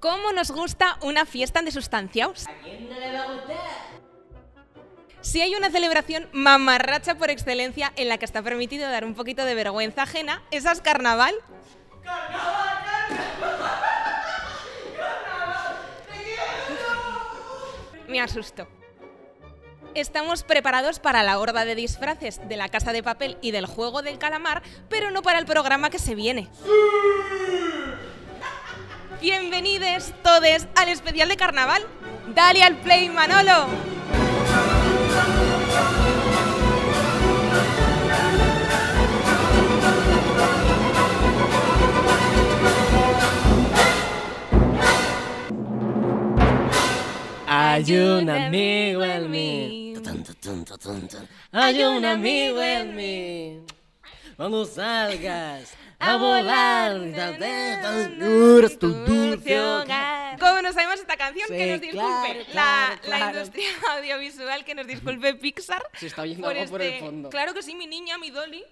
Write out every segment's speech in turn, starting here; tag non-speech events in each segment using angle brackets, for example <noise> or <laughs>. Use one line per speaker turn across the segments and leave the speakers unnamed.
¿Cómo nos gusta una fiesta de sustanciaos? Si hay una celebración mamarracha por excelencia en la que está permitido dar un poquito de vergüenza ajena, ¿esa es carnaval? Me asusto. Estamos preparados para la horda de disfraces de la casa de papel y del juego del calamar, pero no para el programa que se viene. Bienvenidos todos al especial de carnaval. Dale al play, Manolo.
Hay un amigo en mí. Hay un amigo en mí.
<laughs>
Cuando salgas a volar, date tan duro es tu dulce hogar.
Como nos sabemos esta canción,
Sí,
que nos disculpe
claro,
la,
claro,
la
claro.
industria <laughs> audiovisual, que nos disculpe Pixar. este,
Se está oyendo algo por el fondo.
Claro que sí, mi niña, mi Dolly,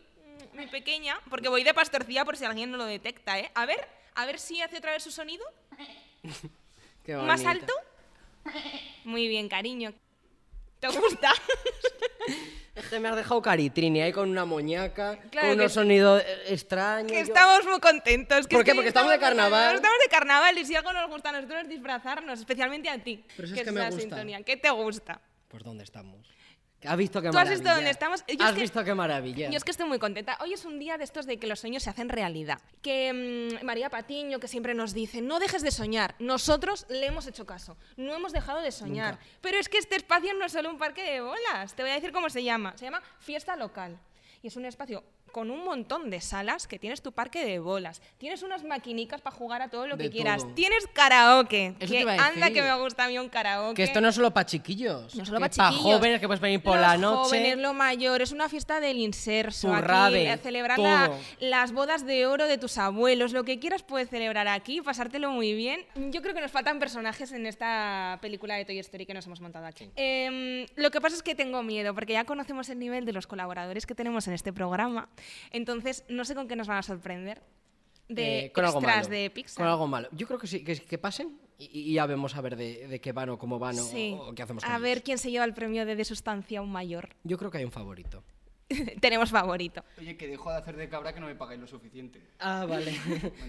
mm, mi pequeña, porque voy de pastorcilla por si alguien no lo detecta, ¿eh? A ver, a ver si hace otra vez su sonido.
Qué
¿Más
bonito.
alto? Muy bien, cariño. ¿Te
<laughs>
gusta?
Es que Este me has dejado caritrini ahí con una moñaca,
Claro
con
que
unos
sí.
sonidos eh, extraños.
Que
yo-
estamos muy contentos. que
¿Por
es
qué?
que
Porque estamos de carnaval.
Estamos de carnaval y si algo nos gusta a nosotros es disfrazarnos, especialmente a ti.
Pero si es que me
la
gusta.
sintonía. ¿Qué te gusta?
Pues dónde estamos. ¿Has visto qué
¿Tú has
maravilla?
visto dónde estamos? Yo es
¿Has
que-
visto qué maravilla?
Yo es que estoy muy contenta. Hoy es un día de estos de que los sueños se hacen realidad. Que mm, María Patiño, que siempre nos dice, no dejes de soñar. Nosotros le hemos hecho caso. No hemos dejado de soñar.
Nunca.
Pero es que este espacio no es solo un parque de bolas. Te voy a decir cómo se llama. Se llama Fiesta Local. Y es un espacio con un montón de salas que tienes tu parque de bolas. Tienes unas maquinicas para jugar a todo lo
De
que quieras.
todo.
Tienes karaoke.
Eso te
que
iba a
anda que
decir.
me gusta a mí un karaoke.
Que esto no es solo para chiquillos.
No solo para
que
chiquillos.
Para jóvenes que puedes venir por
Los
la noche.
jóvenes, lo mayor, es una fiesta del inserso.
Tu
aquí,
rave,
eh, celebrar la-
todo.
las bodas de oro de tus abuelos, lo que quieras puedes celebrar aquí, pasártelo muy bien. Yo creo que nos faltan personajes en esta película de Toy Story que nos hemos montado aquí. Em, lo que pasa es que tengo miedo, porque ya conocemos el nivel de los colaboradores que tenemos en este programa, entonces no sé con qué nos van a sorprender. De
Eh, con algo
extras
malo.
de Pixar.
Con algo malo. Yo creo que sí, que, que pasen y, y ya vemos a ver de, de qué van o cómo van o-
Sí.
o, qué hacemos con
A
ellos.
ver quién se lleva el premio de, de sustancia un mayor. <laughs>
Yo creo que hay un favorito.
Tenemos favorito.
Oye, que dejo de hacer de cabra que no me pagáis lo suficiente.
Ah, vale.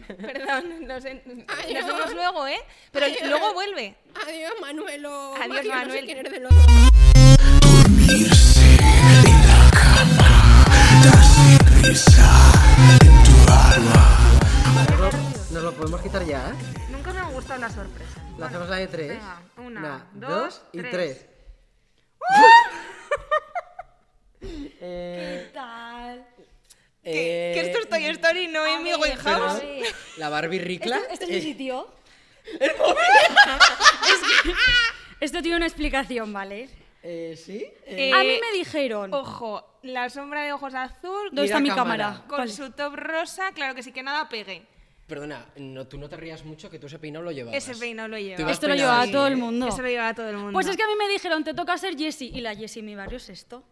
Perdón, nos, en- nos vemos luego, ¿eh? Pero luego vuelve.
Adiós, Manuelo.
Adiós,
Mario, No
Manuel.
sé quién eres de los dos.
<laughs> Nos lo podemos quitar ya, ¿eh?
Nunca me ha gustado la sorpresa.
La hacemos la de tres.
venga, una, dos,
y
tres. <laughs>
tres. Eh,
¿Qué tal?
eh,
Que esto es Toy Story, no es mi House.
pero- La Barbie Ricla.
¿Esto es
eh,
mi sitio?
<laughs>
Esto tiene una explicación, ¿vale?
eh, ¿Sí? Eh,
Eh,
a mí me dijeron...
Ojo, la sombra de ojos azul
¿Dónde
Mira
está mi
cámara.
cámara?
con
Vale.
su top rosa, claro que sí que nada pegue.
Perdona, no, tú no te rías mucho que tú ese peinado lo llevabas.
Ese peinado lo lleva.
Te ibas
Esto lo
peinado
lleva
así,
todo el
¿eh?
mundo.
Eso lo lleva a todo el mundo.
Pues es que a mí me dijeron, te toca ser Jessie. Y la Jessie en mi barrio es esto.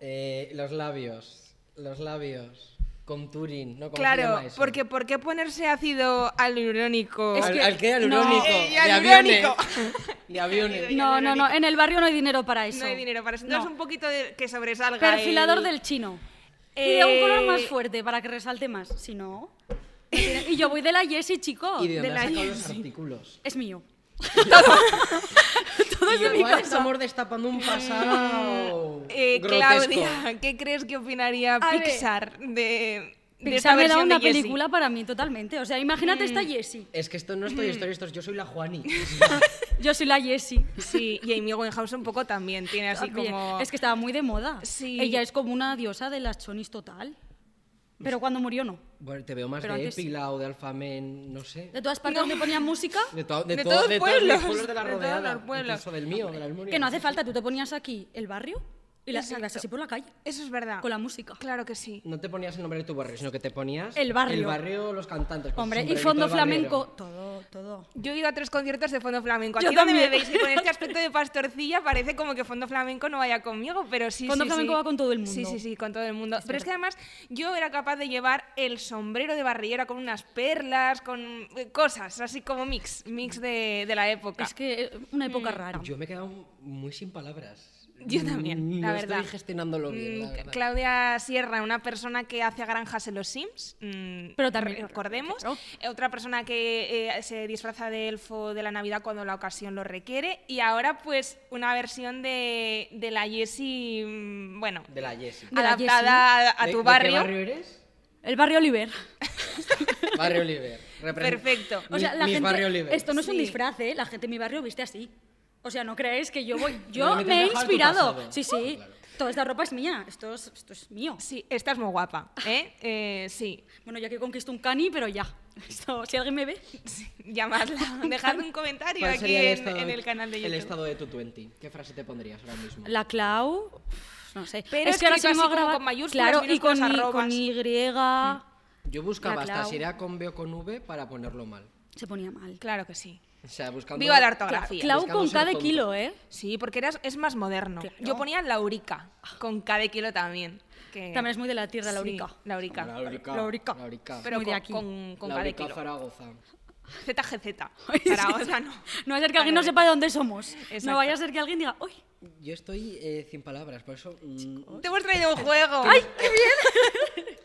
Eh, los labios. Los labios. Con Turing, ¿no? ¿Cómo se
Claro,
llama eso?
porque ¿por qué ponerse ácido alurónico?
Al, al que al urónico,
Eh, y
de
al
aviones.
urónico.
De
<laughs>
aviones.
No, no, no. En el barrio no hay dinero para eso.
No hay dinero para eso. Entonces
No.
un poquito de que sobresalga
Perfilador
el-
del chino. Y de un color más
Eh,
fuerte para que resalte más. Si no... no tiene- Y yo voy de la Jessie, chico.
Y de
de
dónde
la
has sacado
Yeezy.
los artículos.
Es mío. <laughs> Todo, Todo es de mi
Igual
casa.
estamos destapando un pasado.
<laughs> Eh,
grotesco.
Claudia, <laughs> ¿qué crees que opinaría
A ver.
Pixar de, de esta
Pixar me da
versión de
una
Jessie? Mm.
película para mí totalmente. O sea, imagínate
<laughs>
esta Jessie.
Es que esto no es Toy Story, esto es yo soy la Juani.
Yo soy la Jessie.
Sí, y Amy Winehouse un poco también tiene así
También.
como...
Es que estaba muy de moda.
Sí.
Ella es como una diosa de las chonis total. Pero cuando murió no.
Bueno, te veo más
Pero
de
antes sí.
Epila o de Alfamen, no sé.
De todas partes donde ponían música,
De, to-
De
to-
todos
de
pueblos,
los pueblos de la
de todos
rodeada.
los pueblos.
Incluso del mío, de la Almunia.
que no hace falta, tú te ponías aquí el barrio Y las,
Exacto.
las así por la calle,
Eso es verdad.
con la música.
Claro que sí.
No te ponías el nombre de tu barrio, sino que te ponías.
El barrio.
El barrio, los
Pues
cantantes. pues con
Hombre,
su
y fondo
sombrerito
flamenco.
de
Todo, todo.
Yo he ido a tres conciertos de fondo flamenco. Aquí
Yo
donde me
también.
veis y con
<laughs>
este aspecto de pastorcilla parece como que fondo flamenco no vaya conmigo, pero sí.
Fondo
sí,
flamenco
sí.
va con todo el mundo.
Sí, sí, sí, con todo el mundo. pero es que además yo era capaz de llevar el sombrero de barrillera con unas perlas, con eh, cosas, así como mix, mix de, de la época.
Es que eh, una
Mm.
época rara.
barrio. Yo me he quedado muy sin palabras.
Yo también,
No
la
Mm, estoy
verdad.
gestionándolo bien. la
Mm,
verdad.
Claudia Sierra, una persona que hace granjas en los Sims, mm,
Pero también-
recordemos.
claro.
Eh, Otra persona que eh, se disfraza de elfo de la Navidad cuando la ocasión lo requiere. Y ahora, pues, una versión de, de la Jessie, mm, bueno,
De la Jessie.
De la
adaptada a, a
¿De-
tu
de
barrio.
qué barrio eres?
El barrio Oliver.
<laughs>
Barrio Oliver. Repre-
Perfecto.
O sea,
Mi-
la
mis
gente.
Barrio Oliver.
Esto no es un
Sí.
disfraz, ¿eh? La gente en mi barrio viste así. O sea, no creéis que yo voy. Yo
Realmente
me he
has dejado tu
inspirado.
pasado. Oh,
Sí, sí.
Claro.
Toda esta ropa es mía. Esto es, esto es mío.
Sí, estás muy guapa, ¿eh? Eh, sí, <laughs>
Bueno, ya que conquisto un cani, pero ya. <laughs> Esto, si alguien me ve. <laughs>
llamadla. Dejad un comentario
¿Cuál
aquí
sería el
en,
estado-
en el canal de
El
YouTube.
estado de tu 20. ¿Qué frase te pondrías ahora mismo?
La Clau. No sé.
Pero
es que ahora
escrito
sí
así
me
como
grabado.
con mayúsculas,
Claro, y con, Mm.
minúsculas,
i-
arrobas.
con Y.
Yo buscaba
La
hasta
Clau.
si era con B o con V para ponerlo mal.
Se ponía mal.
Claro que sí.
O sea, buscando.
Viva la ortografía.
Clau
Buscamos
con
el
cada
fondo.
kilo, ¿eh?
Sí, porque eras, es más moderno.
Claro.
Yo ponía Laurica, con K de kilo también. que-
También es muy de la tierra,
Sí,
Laurica.
Laurica.
Laurica.
Laurica.
Laurica.
Pero
Muy de
con,
aquí.
con, con K de
Laurica
kilo.
Zaragoza.
<laughs>
ZGZ. Zaragoza no.
No va a ser que alguien no sepa de dónde somos.
Exacto.
No vaya a ser que alguien diga, uy,
Yo estoy eh, sin palabras, por eso. mm,
Te hemos traído un juego.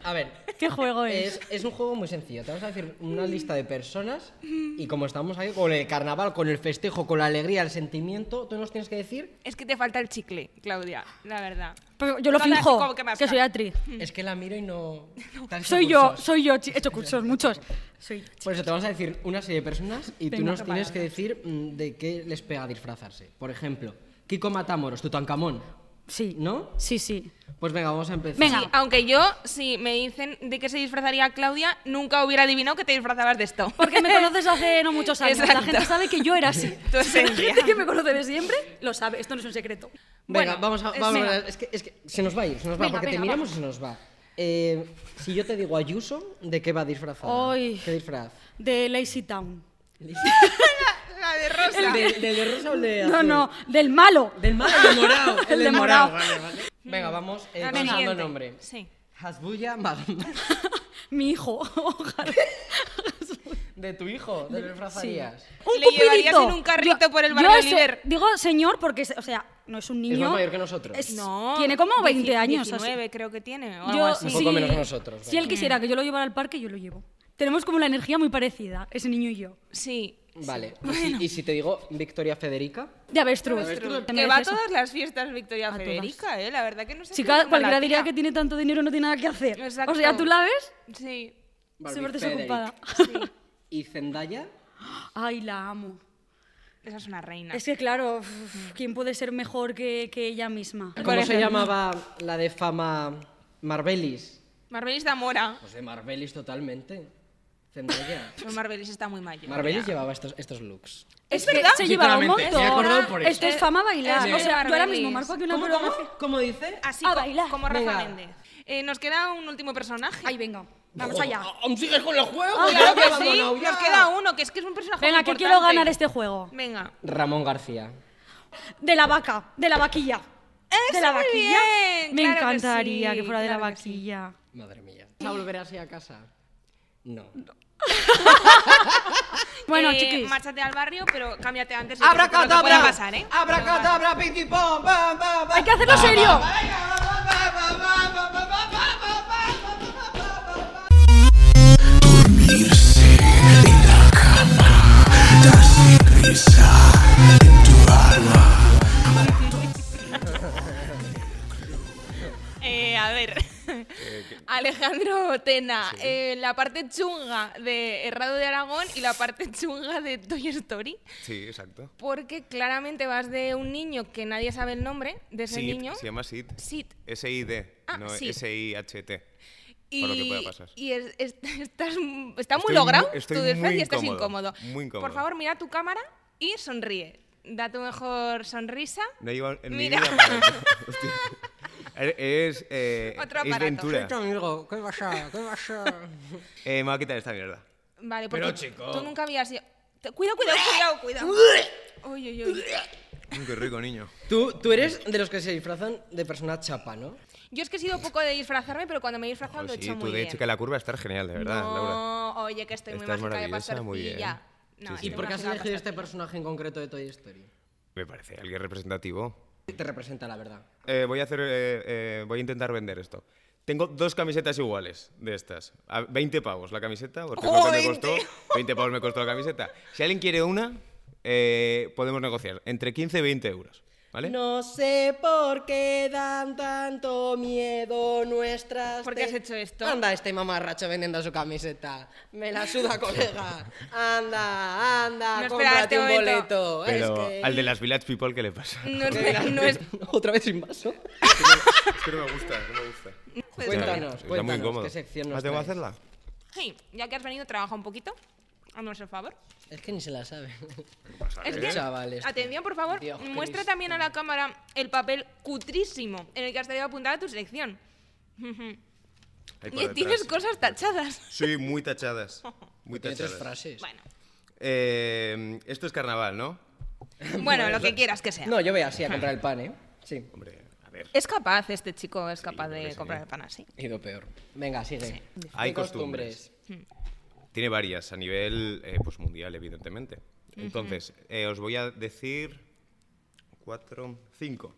a ver,
qué juego es.
es, es un juego muy sencillo. Te vamos a decir
Mm.
una lista de personas y como estamos ahí con el carnaval, con el festejo, con la alegría, el sentimiento, tú nos tienes que decir.
Es que te falta el chicle, Claudia, la verdad.
Pero yo lo
Entonces,
fijo,
¿cómo que más
que
da?
soy actriz.
Es que la miro y
<laughs>
no. Te has hecho
Mm. Soy yo,
cursos.
soy yo, chi- he hecho cursos, muchos. Soy yo.
Por eso te vamos a decir una serie de personas y tú
Venga,
nos tienes que decir mm, de qué les pega disfrazarse. Por ejemplo, Kiko Matamoros, Tutankamón,
Sí.
¿no?
Sí, sí.
Pues venga, vamos a empezar.
Venga. ah,
Sí, aunque yo, si me dicen de qué se disfrazaría Claudia, nunca hubiera adivinado que te disfrazabas de
<laughs>
esto. <laughs>
Porque me conoces hace no muchos años. La
Exacto.
gente sabe que yo
<laughs>
era así.
Tu esencia.
La gente que me conoce de siempre lo sabe. Esto no es un secreto.
Venga,
Bueno,
vamos a.
es-
vamos a-
venga.
es, que, es que se nos va a ir, se nos va,
Venga,
porque te
venga,
miramos y se nos va. Eh, si yo te digo Ayuso, ¿de qué va disfrazada?
Ay.
¿Qué
<laughs>
disfraz?
De Lazy Town.
La de Rosa.
¿El de, del de rosa o el de
No,
azul?
no, del malo.
Del mar, el de morado.
<laughs>
<laughs> El de morao.
Vale, vale. Venga, vamos. Eh,
Al
con el segundo
siguiente.
nombre.
Sí.
Hasbulla Magma.
<laughs> Mi hijo. Ojalá.
<laughs>
<laughs>
De tu hijo, te lo disfrazarías.
Un
Le llevarías
cupidito.
en un carrito por el
yo
barrio
ese-
Oliver.
Digo señor porque, es- o sea, no es un niño.
Es más mayor que nosotros.
Es-
No.
Tiene como 20
dieci-
años. así.
19 creo que tiene. o algo
Yo-
así.
Un poco menos que nosotros,
Si
vaya.
él quisiera que yo lo llevara al parque, yo lo llevo. Tenemos como la energía muy parecida, ese niño y yo.
Sí.
Vale. ¿Y si- ¿Y, si, te digo Victoria Federica?
De avestruz.
Que
También
va a
es eso.
todas las fiestas Victoria
todas.
Federica, ¿eh? La verdad que no sé.
Chica,
cómo
cualquiera
la
diría que
tira.
tiene tanto dinero no tiene nada que hacer.
Exacto.
O sea, tú la ves,
Sí.
súper
Barbie Federic.
desocupada.
¿Y Zendaya?
Ay, la amo.
Esa es una reina.
Es que claro, uf, ¿quién puede ser mejor que, que ella misma?
¿Cómo se llamaba la de fama Marbelis?
Marbelis da
<laughs>
Mora.
Pues de Marbelis totalmente. Zendaya.
<laughs> Pero Marbelis está muy mayor.
Marbelis llevaba estos, estos looks.
Es
verdad?
que se llevaba un
Sinceramente,
montón.
me he acordado por eso.
Esto es fama bailar.
Sí.
O sea, yo ahora
Barberis.
mismo marco aquí una coreografía.
¿Cómo dice?
Así
A
co-
bailar.
como Rafa
Venga.
Méndez. Eh, nos queda un último personaje.
Ay, venga, vamos allá. Ah, pues,
¿Aún sigues con los juegos?
claro que sí. Nos queda uno, que es que es un personaje
Venga,
muy
que quiero
importante.
ganar este juego.
Venga.
Ramón García.
De la vaca, de la vaquilla.
¡Eso,
de la
muy
vaquilla.
bien!
Me
Claro que
encantaría
sí,
que, fuera de la
claro que sí.
vaquilla.
Madre mía. ¿Vas a volver así a casa? No.
Bueno,
eh,
chiquis.
Márchate al barrio, pero cámbiate antes. de que no te pueda pasar, ¿eh?
¡Abracadabra, pinky pom, pam, pam,
Hay que hacerlo serio.
Eh, a ver. <laughs> Alejandro Tena, eh, la parte chunga de Herrado de Aragón y la parte chunga de Toy Story,
Sí, exacto.
porque claramente vas de un niño que nadie sabe el nombre de ese
Sid,
niño.
se llama Sid.
Sid.
S-I-D,
Ah,
no
Sid.
S-I-H-T.
Y,
Por lo que pueda pasar.
y es- es- <laughs> estás, está muy
Estoy
logrado
muy-
tu
estoy muy
disfraz y estás
incómodo,
incómodo.
muy incómodo.
Por favor, mira tu cámara y sonríe. Da tu mejor sonrisa.
No he llevado en
Mira. <laughs>
mi vida para... <laughs> Hostia. Es. eh,
Otro
Ace
aparato.
Ventura.
amigo, ¿qué pasa? ¿Qué pasa?
Eh, me voy a quitar esta mierda.
Vale, porque
Pero, chico.
tú nunca habías ido... Te- Cuidado, cuidado, cuidado,
<laughs>
cuidado. Uy, uy, uy.
Mm, Qué rico, niño.
Tú, tú eres de los que se disfrazan de persona chapa, ¿no?
Yo es que he sido poco de disfrazarme, pero cuando me he disfrazado
Joder,
lo he
Oh, sí,
hecho
tú
muy
de
bien.
chica de la curva estar genial, de verdad, Laura.
no, oye, que estoy muy
Estás
mágica de
maravillosa,
pastorcilla.
muy bien. Sí,
No,
sí.
estoy
¿Y por qué has
mágica de
elegido este
pastorcilla.
personaje en concreto de Toy Story?
Me parece alguien representativo.
Te representa, la verdad.
Eh, voy a hacer. eh, eh, voy a intentar vender esto. Tengo dos camisetas iguales de estas. A 20 pavos la camiseta, porque es lo
¡Oh,
que me
20!
costó. <laughs> 20 pavos me costó la camiseta. Si alguien quiere una, eh, podemos negociar. Entre 15 y 20 euros. ¿Vale?
No sé por qué dan tanto miedo nuestras...
¿Por qué
te-
has hecho esto?
Anda este mamarracho vendiendo su camiseta. Me la
<laughs>
suda, colega. Anda, anda,
No, espera,
cómprate
este
un
momento.
boleto.
Pero
Es que-
al
<laughs>
de las Village People, ¿qué le pasa?
No es, no es-
Otra vez sin vaso.
<laughs> Es que no me gusta, no me gusta.
Cuéntanos,
Está muy
cuéntanos
incómodo.
qué sección
¿Ah,
nos
tengo que
traes.
hacerla?
Hey, ya que has venido, trabaja un poquito. A nuestro favor.
Es que ni se la sabe.
Es que,
Chavales.
atención, por favor,
Dios
muestra
Cristo.
también a la cámara el papel cutrísimo en el que has tenido apuntada tu selección.
Ahí por
Y tienes
detrás.
cosas tachadas.
Sí, muy tachadas. Muy
Tiene tres
tachadas.
frases.
Bueno,
Eh, esto es carnaval, ¿no?
bueno, lo que quieras que sea.
No, yo voy así a comprar el pan, ¿eh? Sí.
Hombre, a ver.
Es capaz, este chico es capaz
yo creo
de
que sí.
comprar el pan así.
He ido peor. Venga, sigue.
Hay
¿Qué
costumbres. Tiene varias a nivel eh, pues mundial, evidentemente. Entonces, eh, os voy a decir cuatro, cinco.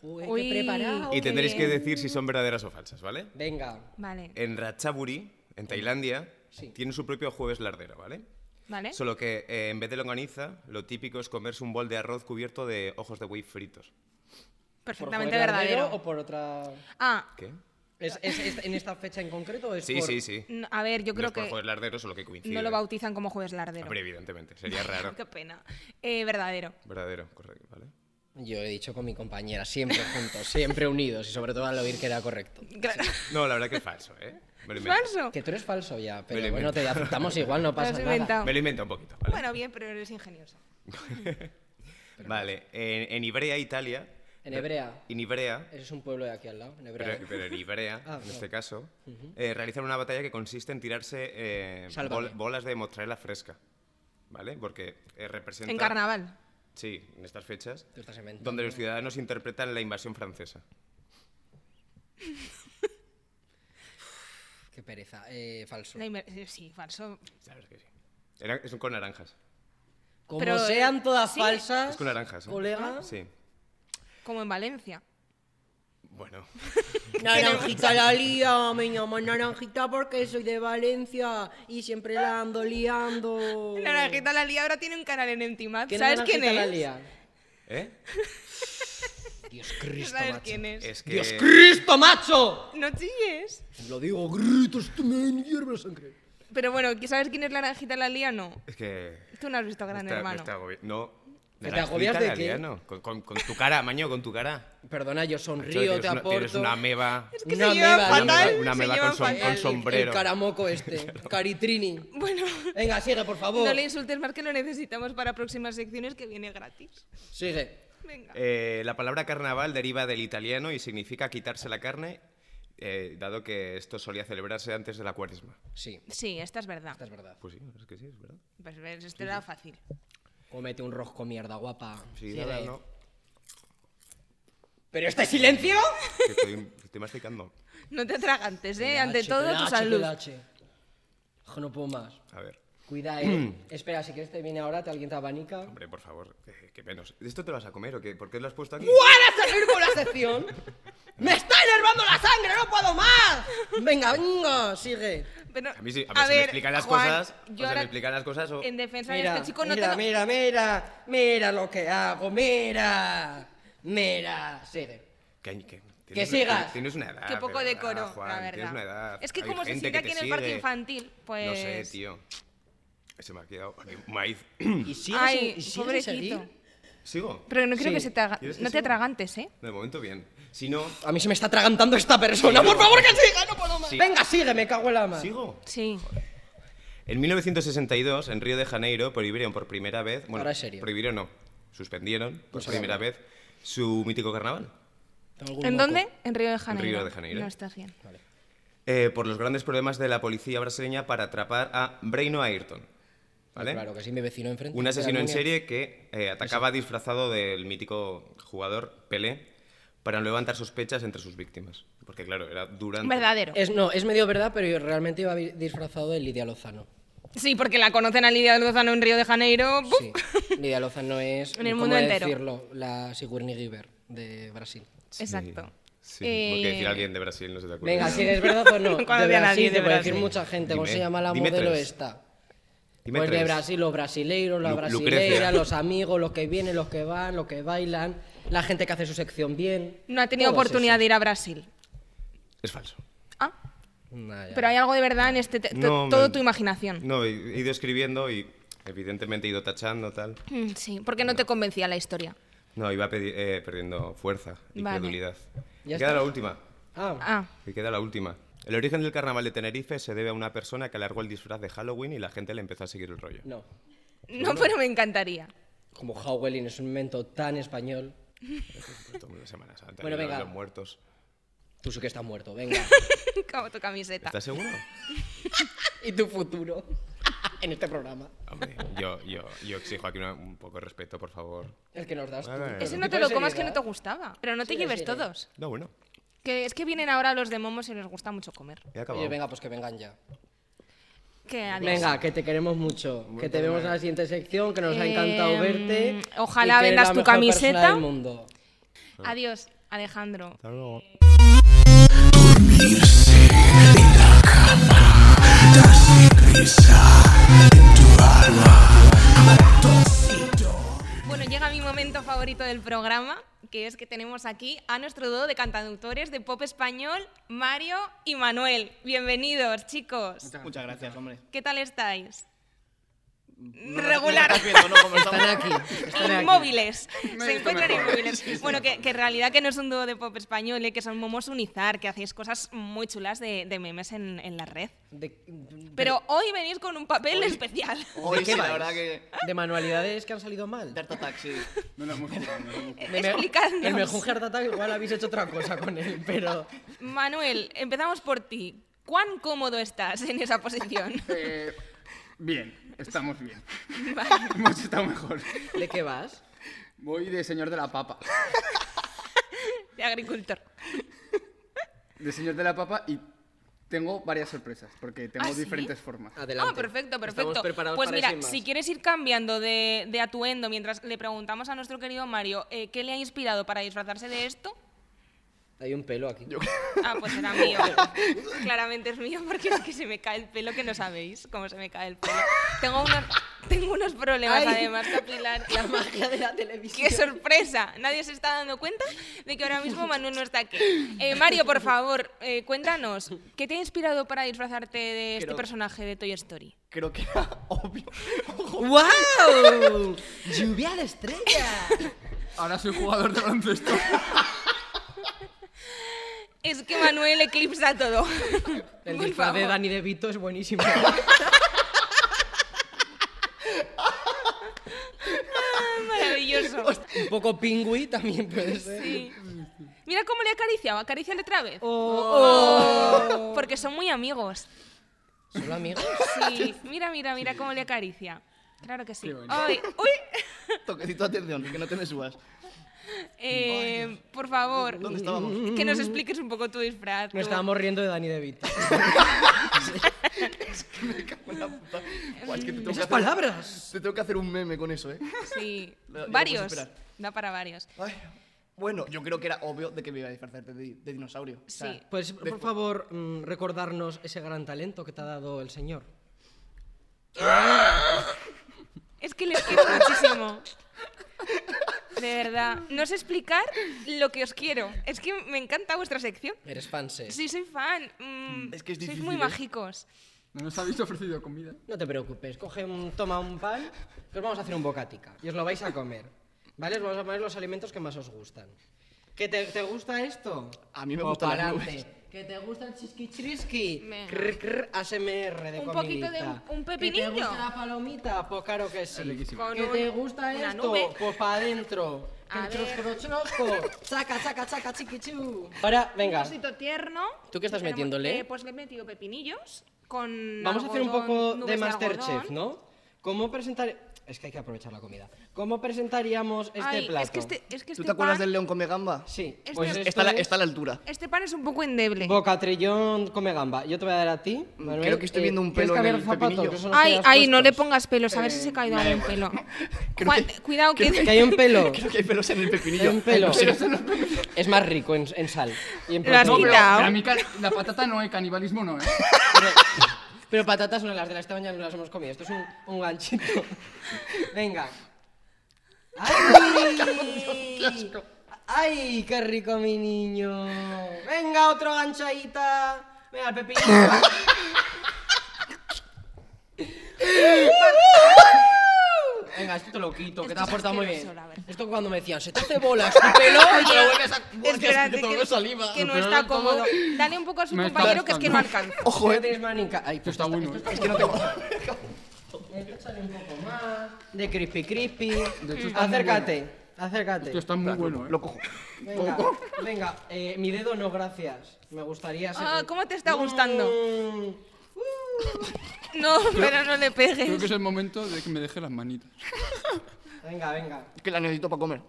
Joder, qué
Uy.
preparado.
Oh, Qué
y tendréis que
bien.
decir si son verdaderas o falsas, ¿vale?
Venga.
Vale,
En Ratchaburi, en Tailandia,
Sí.
tiene su propio jueves lardero, ¿vale?
vale.
Solo que eh, en vez de longaniza, lo típico es comerse un bol de arroz cubierto de ojos de buey fritos.
¿Por
Perfectamente
Joel Ardero
verdadero.
¿O por otra...?
Ah,
¿Qué?
¿Es, es- es en esta fecha en concreto? o Es
Sí,
por-
sí, sí.
n- a ver, yo
No
creo
es por jueves
que
lardero, solo que coincide.
no lo bautizan como jueves lardero.
Hombre, evidentemente,
<laughs>
sería raro.
Qué pena. Eh, verdadero.
Verdadero, correcto, ¿vale?
Yo he dicho con mi compañera, siempre juntos, siempre unidos y sobre todo al oír que era correcto.
Claro. <laughs>
No, la verdad que es falso, ¿eh? Me lo invento.
Falso.
Que tú eres falso ya, pero
Me lo
bueno, te
invento.
aceptamos igual, no pasa
has
nada.
inventado.
Me lo invento un poquito, ¿vale?
Bueno, bien, pero eres ingenioso.
Vale, en, en Ibrea, Italia.
En hebrea,
En Ibrea,
ese es un pueblo de aquí al lado, en hebrea.
pero, pero en Ibrea,
<laughs> Ah,
en
claro.
este caso, eh, realizan una batalla que consiste en tirarse eh,
Sálvame.
bol- bolas de mozzarella fresca. ¿Vale? Porque eh, representa.
En carnaval.
Sí, en estas fechas.
Tú estás inventando.
Donde los ciudadanos interpretan la invasión francesa.
Qué pereza, eh, falso.
La inver- eh, Sí, falso.
Sabes que sí. Era- es con naranjas.
Como
Pero, eh,
sean todas
sí.
falsas,
Es con naranjas.
<laughs>
¿eh?
colega.
Sí.
Como en Valencia.
Bueno.
Naranjita la lía, me llaman Naranjita porque soy de Valencia y siempre la ando liando.
Naranjita la Lía ahora tiene un canal en Emptimat.
Oh. ¿Quién es
¿Sabes quién
Naranjita la
es?
lía?
<laughs>
¿Eh?
Dios Cristo,
¿Sabes
macho.
quién es?
Es que.
Dios Cristo, macho.
No chilles.
Lo digo, gritos, tú me hierves sangre.
Pero bueno, ¿sabes quién es la Naranjita la Lía? No.
Es que.
Tú no has visto Gran
Me está- me
Hermano.
está agobi- No.
¿Que te
Naranjita,
agobias de qué?
Galeano, Con, con- con tu cara, maño, con tu cara.
Perdona, yo
Tío,
sonrío,
tienes
te
una-
aporto.
Tienes una ameba.
Es que
Una
se llevan
meba,
una
fatal.
meba- una
se
meba
llevan
con som-
fatal.
con som- sombrero.
El caramoco este,
<laughs>
caritrini.
Bueno,
Venga, sigue, por favor.
no le insultes más que lo necesitamos para próximas secciones que viene gratis.
Sigue.
Venga.
Eh, la palabra carnaval deriva del italiano y significa quitarse la carne, eh, dado que esto solía celebrarse antes de la cuaresma.
Sí,
Sí, esta es verdad.
esta es verdad.
Pues sí, es que sí, es verdad.
Pues ves, esto era fácil.
Comete un rosco mierda, guapa.
Sí,
Sigue.
nada, no.
¿Pero este silencio?
Que Estoy, estoy masticando.
No te atragantes, ¿eh? Ante
H,
todo,
que
tu
la H, que
salud.
la H. Ojo, no puedo más.
A ver,
Cuida, eh.
<clears throat>
Espera, si quieres te viene ahora, te alguien te abanica. ¡Para
hombre, por favor, que, que menos. ¿Esto te lo vas a comer o qué? ¿Por qué lo has puesto aquí?
salir con la sección! ¡Me está enervando la sangre! ¡No puedo más! Venga, venga, sigue.
Pero,
A mí sí, a, ver, se me explican las
Juan,
cosas. o
yo
se
ahora,
me explican las cosas o.
En defensa de
Mira,
este chico no
mira,
te lo-
mira, mira, mira lo que hago, mira, mira, sigue.
Que, que,
sigas.
Tienes una edad.
Qué poco
de
decoro,
verdad, Juan,
la verdad.
Tienes una edad.
Es que
Hay
como se
gente
sigue
que
aquí
te
en el parque
sigue.
infantil, pues...
No sé, tío. Se me ha quedado aquí un maíz.
Y sigue
Ay,
sin- y sigue sin
pobrecito.
salir.
¿Sigo?
Pero no quiero
Sí.
que se te haga...
¿Quieres que
No te
siga?
atragantes, ¿eh?
De momento bien. Si no,
A mí se me está atragantando esta persona, por favor que siga, no puedo más.
Sí.
Venga, sigue, me cago en la mano.
sigo.
Sí.
En 1962, en Río de Janeiro, prohibieron por primera vez... Bueno,
Ahora es serio.
prohibieron no, suspendieron por
Pues ahora
primera vez su mítico carnaval.
Tengo algún
¿En
moco.
dónde? En Río de Janeiro.
Río de Janeiro.
No estás bien.
Eh, por los grandes problemas de la policía brasileña para atrapar a Breino Ayrton. ¿Vale?
Claro que sí, mi vecino enfrente.
¿Eh? Un asesino en
Alemania.
serie que eh, atacaba disfrazado del mítico jugador Pelé para no levantar sospechas entre sus víctimas. Porque, claro, era durante.
Verdadero.
Es, no, es medio verdad, pero yo realmente iba vi- disfrazado de Lidia Lozano.
Sí, porque la conocen a Lidia Lozano en Río de Janeiro. ¡puf!
Sí. Lidia Lozano es,
En el
¿cómo
mundo entero.
decirlo? La Sigourney Weaver de Brasil.
Sí,
Exacto.
Sí, porque decir
Eh,
a alguien de Brasil no se te acuerda.
Venga, si es verdad
<laughs>
o no.
No
De
conocía a nadie
Brasil,
de
te puede decir
Brasil.
mucha gente. ¿Cómo
Dime-
se llama la
dime
modelo
tres.
esta?
Dime
pues de
tres.
Brasil, los brasileiros, la
Lu-
brasileira,
Lucrecia.
los amigos, los que vienen, los que van, los que bailan, la gente que hace su sección bien.
Eh, No ha tenido
Todo es
oportunidad
eso.
de ir a Brasil.
Es falso.
Ah,
Nah, ya.
pero hay algo de verdad en este. te- to-
No,
todo
me-
tu imaginación.
No, he he ido escribiendo y evidentemente he ido tachando, tal.
Mm, Sí, porque no te convencía la historia.
No, iba pedi- eh, perdiendo fuerza y
Vale.
credulidad. Y
¿Ya
queda
está?
la última.
Ah,
Ah,
Y queda la última. El origen del carnaval de Tenerife se debe a una persona que alargó el disfraz de Halloween y la gente le empezó a seguir el rollo.
no.
no, pero me encantaría. <laughs>
Como Howelling es un momento tan español.
Todo el mundo de Semana Santa,
Bueno,
y los-
venga.
los muertos.
Tú sí que estás muerto, venga.
Como tu camiseta.
¿Estás seguro?
y tu futuro <laughs> en este programa.
<laughs> Hombre, yo, yo, yo exijo aquí una- un poco de respeto, por favor.
El que nos das. tú.
Vale, vale.
Ese
Pero
no
tipo
te
de
lo comas que no
seriedad.
te gustaba. Pero no te
Sí,
lleves
sí, sí.
todos.
No, bueno,
Que es que vienen ahora los de momos y les gusta mucho comer.
he acabado.
Oye, venga, pues que vengan ya.
Que adiós.
Venga, que te queremos mucho. Que te vemos en la siguiente sección, que nos ha encantado
Em,
verte.
ojalá
y que eres
vendas
la
tu
mejor persona
camiseta.
del mundo.
Adiós, Alejandro.
Hasta luego.
Bueno, llega mi momento favorito del programa, que es que tenemos aquí a nuestro dúo de cantaductores de pop español, Mario y Manuel. Bienvenidos, chicos.
Muchas gracias, hombre.
¿Qué tal estáis?
No,
Regular. <laughs>
no estás viendo, ¿no?
<laughs>
Como estamos-
Están aquí. Están aquí. <laughs>
Inmóviles.
Me
Se
he visto
encuentran
mejor.
inmóviles. bueno, que, que en realidad que no es un dúo de pop español, eh, que son momos unizar, que hacéis cosas muy chulas de, de memes en, en la red.
De,
Pero hoy venís con un papel
<laughs>
especial.
Hoy
¿De qué
sí, la
vais?
verdad que...
de manualidades que han salido mal.
Dart Attack, sí.
No lo hemos jugado, no lo hemos
Me-
jugado.
me-
Eh, Explicadnos.
El mejor Heart Attack igual habéis hecho otra cosa con él, pero
Manuel, empezamos por ti. ¿Cuán cómodo estás en esa posición?
<laughs>
<laughs>
Eh, bien, estamos bien.
Vale.
<laughs> Hemos estado mejor.
¿de qué vas?
Voy de señor de la papa.
De agricultor.
De señor de la papa y tengo varias sorpresas, porque tengo
¿Ah, sí?
diferentes formas.
Adelante.
Ah, perfecto, perfecto.
Estamos preparados
Pues
para
mira,
eso y más.
si quieres ir cambiando de, de atuendo mientras le preguntamos a nuestro querido Mario eh, qué le ha inspirado para disfrazarse de esto,
Hay un pelo
<laughs>
aquí.
ah, pues será
<laughs>
mío. Claramente es mío porque es que se me cae el pelo que no sabéis cómo se me cae el pelo. Tengo unos, tengo unos problemas
Ay.
además capilares.
La magia <laughs> de la televisión.
¡Qué sorpresa! Nadie se está dando cuenta de que ahora mismo Manuel no está aquí. Eh, Mario, por favor, eh, cuéntanos, ¿qué te ha inspirado para disfrazarte de este
Creo-
personaje de Toy Story?
Creo que era <laughs> obvio.
<laughs>
¡Wow! Lluvia de estrellas.
Ahora soy jugador de
<laughs>
baloncesto.
Es que Manuel eclipsa todo.
<laughs> El
Por
disfraz de
favor.
Dani DeVito es
<laughs>
buenísimo.
Ah,
<laughs>
Maravilloso.
un poco pingüí también puede ser.
Sí. Mira cómo le acariciaba, acaríciale otra vez. Oh. Porque son muy amigos.
Oh. Solo amigos.
<laughs>
Sí, mira, mira, mira cómo le acaricia. Claro que sí.
<laughs>
Ay, uy,
Toquecito de atención, que no te me subas.
Eh, por favor,
¿Dónde estábamos?
que nos expliques un poco tu disfraz.
Nos
tú.
estábamos riendo de Dani DeVito.
Buah, es que te tengo que
Esas
hacer-
palabras.
Te tengo que hacer un meme con eso, ¿eh?
Sí,
<laughs> Lo- lo
varios.
puedes esperar.
Da para varios.
Ay, bueno, yo creo que era obvio de que me iba a disfrazar de, di- de dinosaurio. O sea,
Sí.
Pues por favor, mm, recordarnos ese gran talento que te ha dado el señor.
Es que les quiero muchísimo. De verdad, no sé explicar lo que os quiero. Es que me encanta vuestra sección.
Eres fanse.
Sí, soy fan. Mm,
Es que es
sois
difícil,
muy
¿eh?
mágicos.
No nos habéis ofrecido comida.
No te preocupes, coge un, toma un pan, que os vamos a hacer un bocatica y os lo vais a comer. ¿Vale? Os vamos a poner los alimentos que más os gustan. ¿Que te, te gusta esto?
A mí me
Pues
gustan las
pa'lante.
nubes.
¿Que Que te gusta el chisqui chisqui.
Venga.
Crr, crr, ASMR de
Un
comidita.
poquito de un- un
¿Que te
pepinillo?
gusta la palomita? Pues claro que sí.
Es riquísimo.
Con
¿Que
un-
te gusta
una
esto?
nube.
Pues para adentro.
A ver. <laughs>
Chaca, chaca, chaca, chiquichu. Ahora, venga.
Un osito tierno.
¿Tú qué estás
Tenemos-
metiéndole?
eh, pues le he metido pepinillos con.
Vamos a hacer un
algodón,
poco
nubes
de Masterchef,
algodón.
¿no? ¿Cómo presentar...? Es que hay que aprovechar la comida. ¿Cómo presentaríamos este
Ay,
plato?
Es que este, es que
¿Tú
este
te acuerdas
pan-
del león come gamba?
Sí,
Este-
pues
Está a la-
esto es
está a la altura.
Este pan es un poco endeble.
Bocatrillón come gamba. Yo te voy a dar a ti, Manuel.
Mm, creo que estoy viendo un
¿quieres
pelo en
cambiar
el
zapatos?
pepinillo.
Que eso nos
Ay,
quedas
ay, no le
puestos.
pongas pelos, a ver si se cae de algún pelo.
Creo
Juan,
que-
cuidado que. <laughs>
Que hay un pelo.
Creo que hay pelos en el
Hay
pepinillo.
un pelo.
Pero eso no-
Es más rico en, en sal. Y en
Lo has
proteína.
pero,
quitado.
pero a mí ca- la patata no, el canibalismo no, ¿eh?
Pero, pero patatas no las de la esta mañana no las hemos comido. Esto es un, un ganchito. Venga. ¡Ay! ¡Ay, qué rico, mi niño! ¡Venga, otro ganchaita! ¡Venga, el pepinillo! Venga, esto te lo quito, que te
Esto
has
es
portado muy
asqueroso,
bien.
la verdad.
Esto cuando me decían, se te hace
<laughs>
bolas tu pelo, y te lo vuelves a...
Espérate, que, que no está cómodo. Dale un poco a su
Me está
compañero que es que no
gustando.
alcanza.
Ojo,
Ya
eh.
tienes manica. Ay, pues
Está
esta-
bueno,
esto
¿eh?
es que no <laughs> tengo. Échale un poco más. De crispy crispy.
hecho, está muy
acércate, acércate.
Esto está muy bueno, ¿eh?
Lo cojo.
Venga, venga. eh, mi dedo no, gracias. Me gustaría ser.
Ah, ¿cómo te está gustando?
Mm,
No, pero no le
Creo que es
pegues.
el momento de que me deje las manitas.
Venga, venga.
Que la necesito para comer.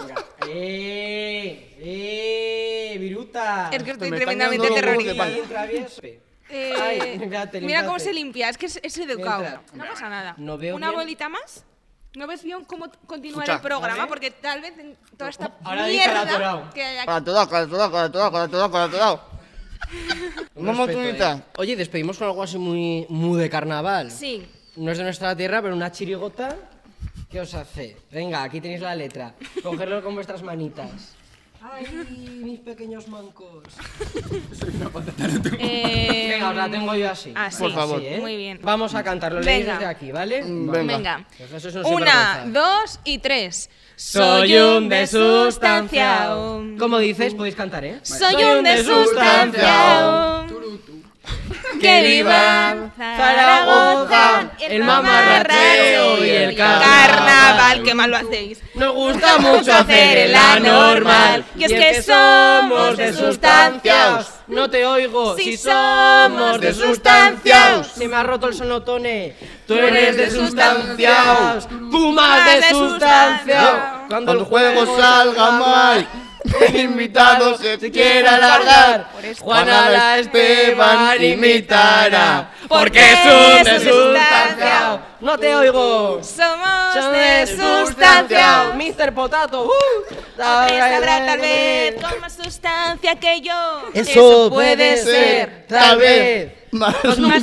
venga. ¡Eh! ¡Eh! ¡Viruta!
Es que estoy
Me están
tremendamente
quedando los huevos de
terrorizada.
Bien travieso.
Eh,
Ay, límpiate,
mira cómo se
límpiate.
limpia, es que es, es educado.
Entra.
No pasa nada.
No veo
Una
bien.
bolita más. No ves bien cómo continuar
Escucha,
el programa,
¿vale?
porque tal vez en toda esta
Ahora dice la
mierda
Torao.
que hay aquí.
Para todo, para todo, para todo, para todo, para todo.
Un
Vamos,
respeto,
Tunita.
eh. Oye, despedimos con algo así muy, muy de carnaval. <laughs>
Sí.
No es de nuestra tierra, pero una chirigota. ¿Qué os hace? Venga, aquí tenéis la letra. Cogerlo con vuestras manitas. Ay, mis pequeños mancos.
Eh,
Venga, os la tengo yo así.
así.
Por favor.
Así, ¿eh?
Muy bien.
Vamos a cantarlo leéis
Venga.
desde aquí, ¿vale?
Venga.
Pues eso es un
Una,
sinvergüenza.
dos y tres.
Como dices, podéis cantar, ¿eh?
Soy un desustanciado. Que viva Zaragoza, el mamarrateo y el carnaval. Qué mal lo hacéis.
Nos gusta mucho hacer el anormal. Y es que somos de sustancias. No te oigo.
Si
Si somos de sustancias. Se me ha roto el sonotone. Tú eres de sustancias. Fumas de sustancias. Cuando el juego salga mal. El invitado se quiera alargar. Juana la Esteban imitará. Porque es un de sustancias. No te oigo.
Somos de
Soy
sustancia.
Mr. Potato. Uh.
Te sabrá tal vez con más sustancia que yo.
Eso puede ser, tal vez.
Más
Más
sabrás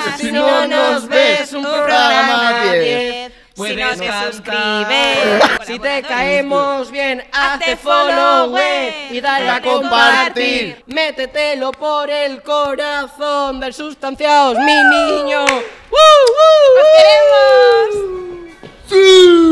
sabrás si no nos ves un programa
diez.
10. Si no
Puedes
te
cantar.
suscribes. <laughs>
Si te
Colaboradores.
caemos bien, hazte
Hazte
follow,
follow,
güey,
güey.
y dale a
Dale
compartir.
compartir.
Métetelo por el corazón del sustanciaos, mi niño. ¡Uh, uh, uh!
¡Os queremos!
¡Sí!